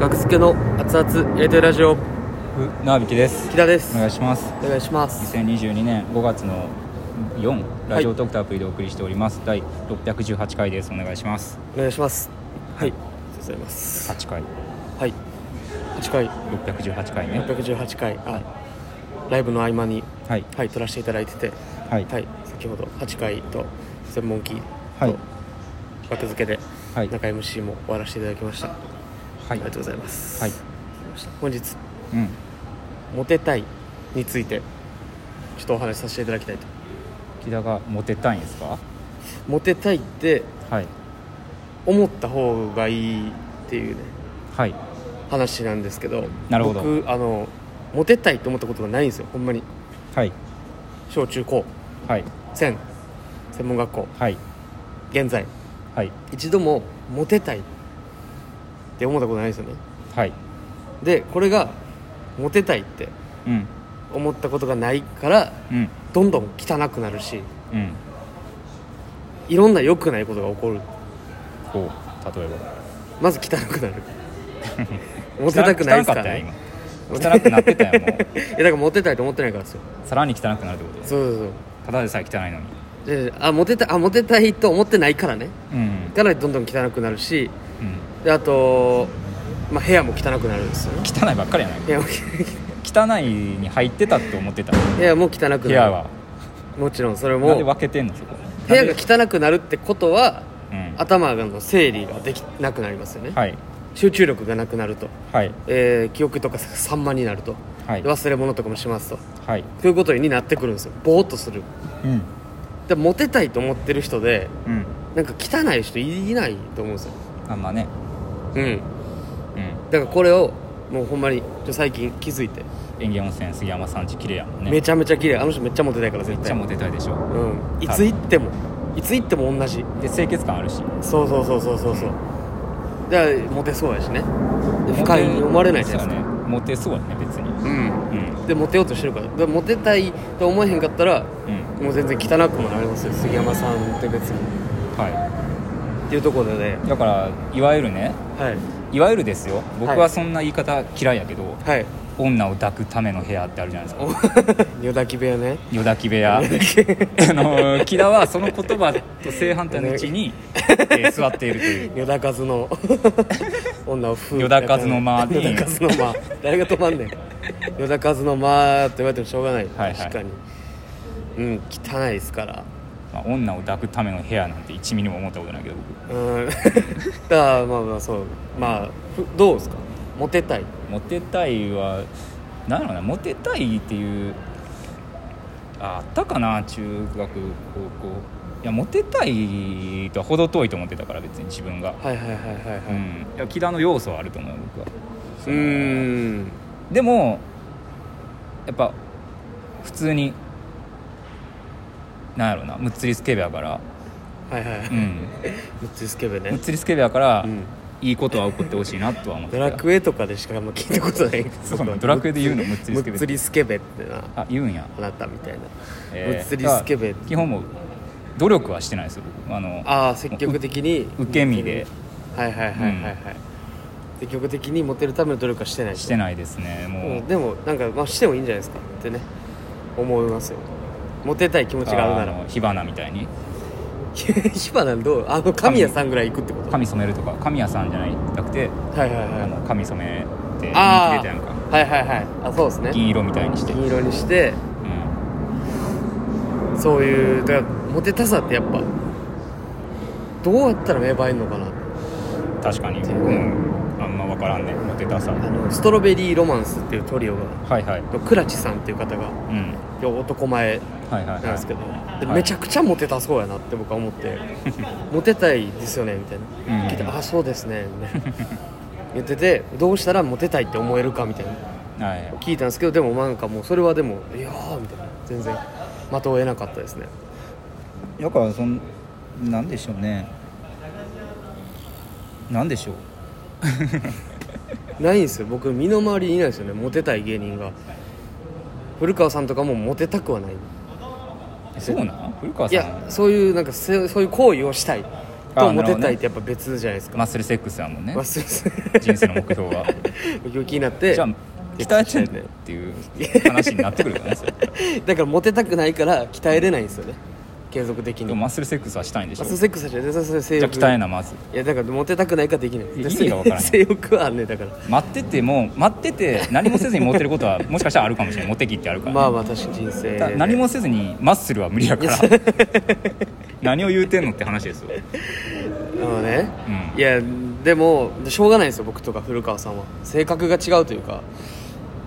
学付けの熱々やりたいラジオふなびきです木田ですお願いしますお願いします2022年5月の4ラジオトークターアプリでお送りしております、第618回ですお願いしますお願いしますはいありがとうございます8回はい8回618回ね618回あライブの合間にはいはい撮らせていただいててはいはい先ほど8回と専門機とはい学付けではい中 MC も終わらせていただきましたあはいりがとうございますはい本日うんモテたいについてちょっとお話しさせていただきたいと木田がモテたいんですかモテたいってはい思った方がいいっていうねはい話なんですけどなるほど僕あのモテたいと思ったことがないんですよほんまにはい小中高はい専専門学校はい現在はい一度もモテたいって思ったことないんですよねはいでこれがモテたいってうん思ったことがないからうんどんどん汚くなるしうんいろんな良くないことが起こるこう例えばまず汚くな るモテたくないですからね汚かったよ今汚くなってたよも う いやだからモテたいと思ってないからですよさらに汚くなるってことですそうそうそうただでさえ汚いのにであモテたあモテたいと思ってないからねうんからどんどん汚くなるしうんであと、まあ、部屋も汚くなるんですよね汚いばっかりやない部屋も 汚いに入ってたって思ってた部屋も汚くなる部屋はもちろんそれなんでも分けてんのそこ部屋が汚くなるってことはうん頭の整理ができなくなりますよね、はい集中力がなくなると、はいえー記憶とか散漫になると、はい忘れ物とかもしますとはいということになってくるんですよぼーっとするうんでモテたいと思ってる人でうんなんか汚い人いないと思うんですよあんまねうんうんだからこれをもうほんまにちょ最近気づいて、園芸温泉杉山さんち綺麗やもんねめちゃめちゃ綺麗あの人めっちゃモテたいからめ絶っち対ゃモテたいでしょうんいつ行ってもいつ行っても同じで清潔感あるしそうそうそうそうそうそうじゃあモテそうやしねで不快に思われないじゃないですかそうやねモテそうやね別にううんんでモテようとしてるからでモテたいと思えへんかったらうんもう全然汚くもなりますよ杉山さんって別にはっていうところでねいだからいわゆるねはいいわゆるですよ僕ははいそんな言い方嫌いやけど はい 女を抱くための部屋ってあるじゃないですかおよだき部屋ねよだき部屋あの木田はその言葉と正反対の位置 に、えー座っているというよだかずの 女を風よだかずの間によだかずの間誰が止まんねんよだかずの間って言われてもしょうがない、はいはい確かにうん汚いですからまあ、女を抱くための部屋なんて1ミリも思ったことないけど僕うん だからまあまあそうまあふどうですかモテたいモテたいは何だろうなモテたいっていうああったかな中学高校いやモテたいとは程遠いと思ってたから別に自分が、はいはいはいはいはういん、いや木田の要素はあると思う僕はうーんでもやっぱ普通になんやろうなむっつりスケベやからはいはいはいうんむっつりスケベむっねつりスケベやから、うんいいことは起こってほしいなとは思ってドたラクエとかでしかあんま聞いたことないそうなのドラクエで言うのむっつりスケベむっつりスケベってなあ言うんやあなたみたいな、えーむっつりスケベだから基本もう努力はしてないですよ僕あのああ積極的にう受け身ではいはいはいはいはい、積極的にモテるための努力はしてないしてないですねうもんうでもなんか、まあ、してもいいんじゃないですかってね思いますよモテたい気持ちがあるならあの火花みたいに 火花どうあの神谷さんぐらい行くってこと髪染めるとか神谷さんじゃないなくてはいはいあはの髪染めって人気出いたあやんかあはいはいはいあそうですね銀色みたいにして、うん銀色にしてそういうだからモテたさってやっぱどうやったら芽生えるのかな確かに、てう、いうんあんま分からんねモテたさあはのストロベリーロマンスっていうトリオがいはいクラチさんっていう方がうん男前はいはいなんはですけど、ではいめちゃくちゃモテたそうやなって僕は思 って「モテたいですよね」みたいな、うん聞いて「あそうですね」みたいな 言っててどうしたらモテたいって思えるかみたいないはいはい聞いたんですけどでもなんかもうそれはでも「いやー」みたいな全然的を得なかったですねだからそんなんでしょうねなんでしょうないんですよ僕身の回りにいないですよねモテたい芸人が古川さんとかもモテたくはないえそうなん古川いさやんそういうなんかせそういう行為をしたいあとーなモるテほどねたいってやっぱ別じゃないですかマッスルセックスだもんね忘れ 人生の目標 は病気になってじゃあ鍛えて鍛んえてねねっていう話になってくるよねそれ だからモテたくないから鍛えれないんですよね継続的でにもママッスルセックスはしたいんでしょッスルじセックスはしないそれそれ性ゃあ欲鍛えなまずいやだからモテたくないからできないいや意味がわから ん性欲はあんねんだから待ってても待ってて何もせずにモテることはもしかしたらあるかもしれないモテ期ってあるから、まあまあ確かに人生ただ何もせずにマッスルは無理やから何を言うてんのって話ですよ、あのねうんいやでもしょうがないんですよ僕とか古川さんは性格が違うというか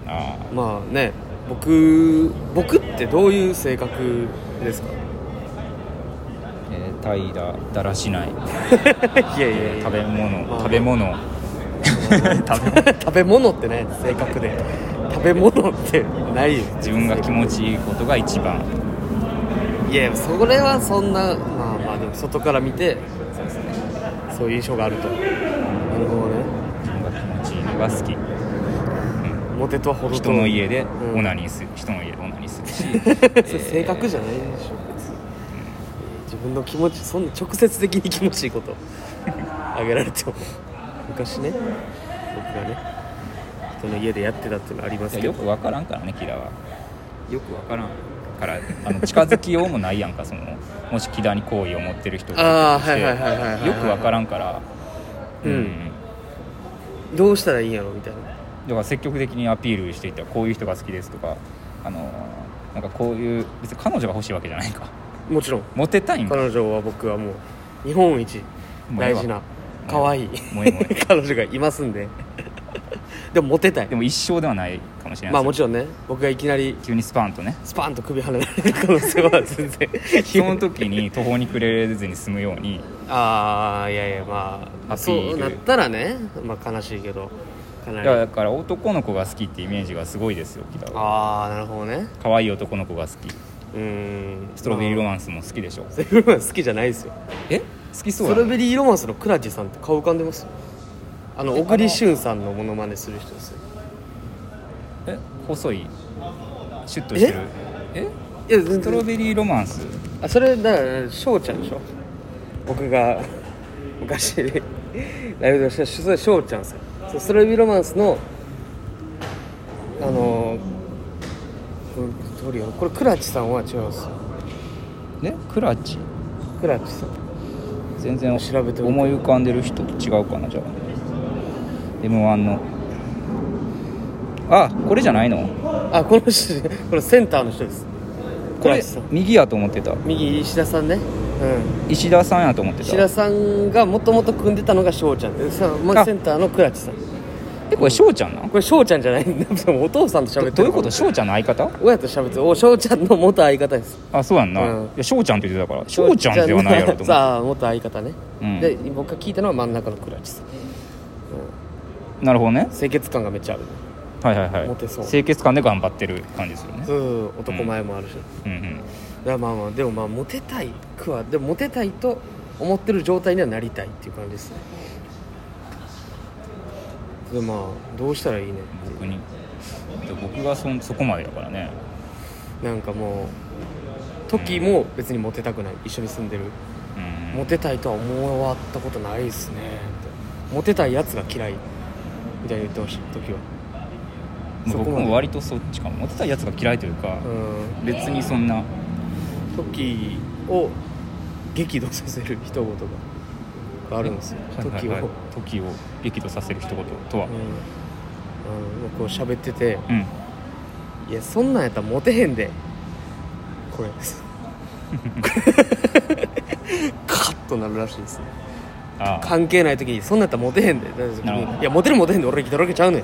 あま あね僕僕ってどういう性格ですかあえー怠惰だらし ないいやい やいや食べ物、まあ食べ物食べ物食べ物ってない性格で食べ物ってないよ自分が気持ちいいことが一番いやそれはそんなまあまあでも外から見てそうですねそういう印象があるとなるほどね自分が気持ちいいのが好きモテとは程遠い人の家でうんオナニーする、人の家でオナニーするし それ性格じゃないでしょ別に自分の気持ちそんな直接的に気持ちいいこと あげられても昔ね僕がね人の家でやってたっていうのありまいすやけどよくわからんからねキラはよくわからんから あの近づきようもないやんかそのもしキラに好意を持ってる人があーはいはいはいはいはいはいよくわからんからうんどうしたらいいんやろみたいなだから積極的にアピールしていったらこういう人が好きですとかあのなんかこういう別に彼女が欲しいわけじゃないかもちろんモテたいんか彼女は僕はもう日本一もうええ大わ事な可愛いもうええもうえ彼女がいますんで でもモテたい でも一生ではないかもしれないまあもちちろんね僕がいきなり急にスパンとねスパンと首離れられる可能性は全然その時に途方に暮れずに済むようにああいやいやまあアピール そうなったらね、まあ、悲しいけどかなだりからだから男の子が好きってイメージがすごいですよキラはああなるほどね可愛い男の子が好きうーんストロベリーロンマンスも好きでしょストロベリーロマン好きじゃないですよえ好きそうストだロねベリーロマンスの倉地さんって顔浮かんでますあのえ小栗旬さんのモノマネする人ですよえ細いシュッとしてるえいやス全トロ然ベリーロマンスあそれだから翔ちゃんでしょ僕が 昔ライブでしたそれ翔ちゃんさんそうストロベリーロマンスのあのー、どれよこれ倉地さんは違うんですよねクラッチクラッチさん全然調べてみて思い浮かんでる人と違うかなじゃあ m 1のあこれじゃないのあこの人これセンターの人ですこ倉れ地さん右やと思ってた右石田さんねうん石田さんやと思って石田たさんがもともと組んでたのが翔ちゃんでさ、まああ、センターの倉地さんえこれ翔ちゃんなんこれ翔ちゃんじゃないんだ お父さんと喋ってどるどういうこと翔ちゃんの相方親と喋ってるお翔ちゃんの元相方ですあそうやんなうんいや翔、ちゃんって言ってたから翔ちゃんではないやろと思っさあ元相方ね、うんで僕が聞いたのは真ん中の倉地さんてなるほどね清潔感がめっちゃあるはいはいはいモテそう清潔感で頑張ってる感じですよねうん男前もあるし、うんうんいやまあまあでもまあモテたいくはでもモテたいと思ってる状態にはなりたいっていう感じですねでまあどうしたらいいねっていう僕にで僕がそんそこまでだからねなんかもう時も別にモテたくない一緒に住んでるうんモテたいとは思わったことないですねってモテたいやつが嫌いみたいに言ってました時はそこま僕でも割とそっちかもモテたいやつが嫌いというか、うん別にそんな時を激怒させる一言があるんですよ時を、はいはいはい時を激怒させる一言とはうん、うん、こう喋っててうん、 「いやそんなんやったらモテへんで」こ れカッとなるらしいですねああ関係ない時に「そんなんやったらモテへんで」なるほどいやモテるモテへんで俺来たわけちゃう ねん」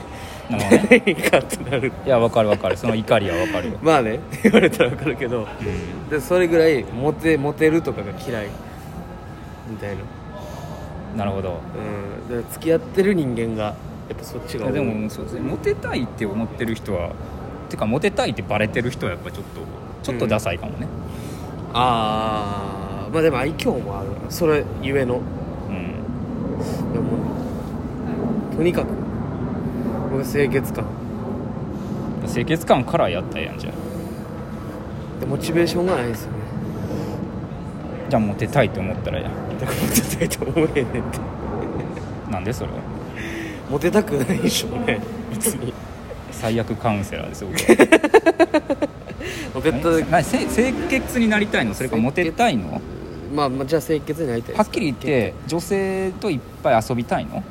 なるほどねカッとなるいやわかるわかるその怒りはわかるよ、まあね言われたら分かるけどうんでそれぐらいモテモテるとかが嫌いみたいななるほどうんだから付き合ってる人間がやっぱそっちいが多やいでもそうですねモテたいって思ってる人はてかモテたいってバレてる人はやっぱちょっとちょっとダサいかもね、ああまあでも愛嬌もあるそれゆえのうんでもとにかく僕は清潔感清潔感からやったらええやんじゃんでモチベーションがないですよねじゃあモテたいと思ったらやだからモテたいと思えへんねんってなんでそれはモテたくないでしょね別に最悪カウンセラーです僕は モテた何何せ清潔になりたいのそれかモテたいのまあまあじゃあ清潔になりたいですはっきり言って女性といっぱい遊びたいの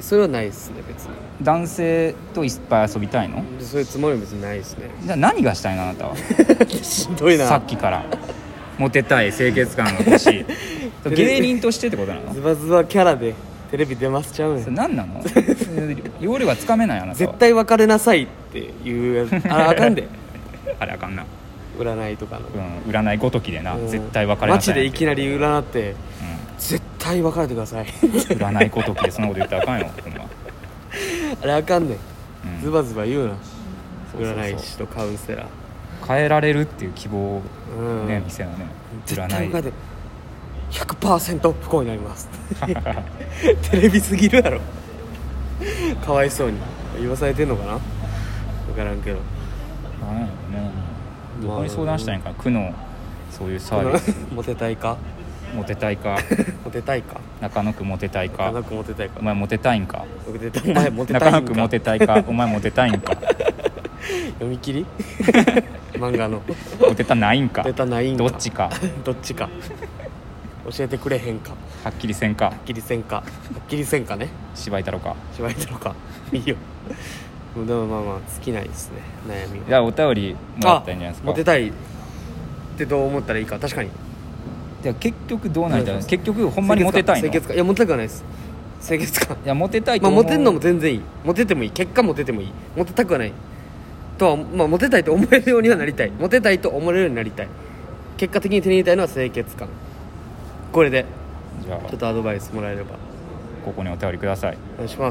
それはないですね別に男性といっぱい遊びたいのそういうつもりは別にないですねじゃあ何がしたいのあなたはしんどいなさっきからモテたい清潔感が欲し い芸人としてってことなのズバズバキャラでテレビ出ますちゃうねそれん何なの要領がつかめないあなたは絶対別れなさいっていうやつああかんであれあかんな、占いとかのうん、占いごときでなうん絶対別れなさい街でいきなり占って絶対別れてください うん、占いごときでそんなこと言ったらあかんよほんま、あれあかんねんうんズバズバ言うなそうそうそう占い師とカウンセラー変えられるっていう希望をうんね、店のね絶対占他いで100%不幸になります テレビすぎるやろかわいそうに言わされてんのかな分からんけどなんやろねどこに相談したいんかな区のそういうサービスモテたいかモテたいかモテたいか中野区モテたい中野か区モテたいかお前モテたいんかモテたお前モテたいんか中野区モテた いかお前モテたいんか読み切り 漫画のモモテたないんかテたないんかどっちか どっちか教えてくれへんかははっきりせんかっきりせんかはっきりせんかね芝居太郎か芝居とか いいよでもまあまあ尽きないですね悩みはじゃあお便りもらったんじゃないですあモテかたいってどう思ったらいいか確かにじゃあ結局どうなりたそいうのそう結局ほんまにモテたいの清い潔感いやモテたくはないです清潔感やモテたいとまあ思うモテんのも全然いいモテてもいい結果モテてもいいモテたくはないとはまあモテたいと思えるようにはなりたいモテたいと思えるようになりたい結果的に手に入れたいのは清潔感これでじゃちょっあとアドバイスもらえればここにお便りくださいお願いします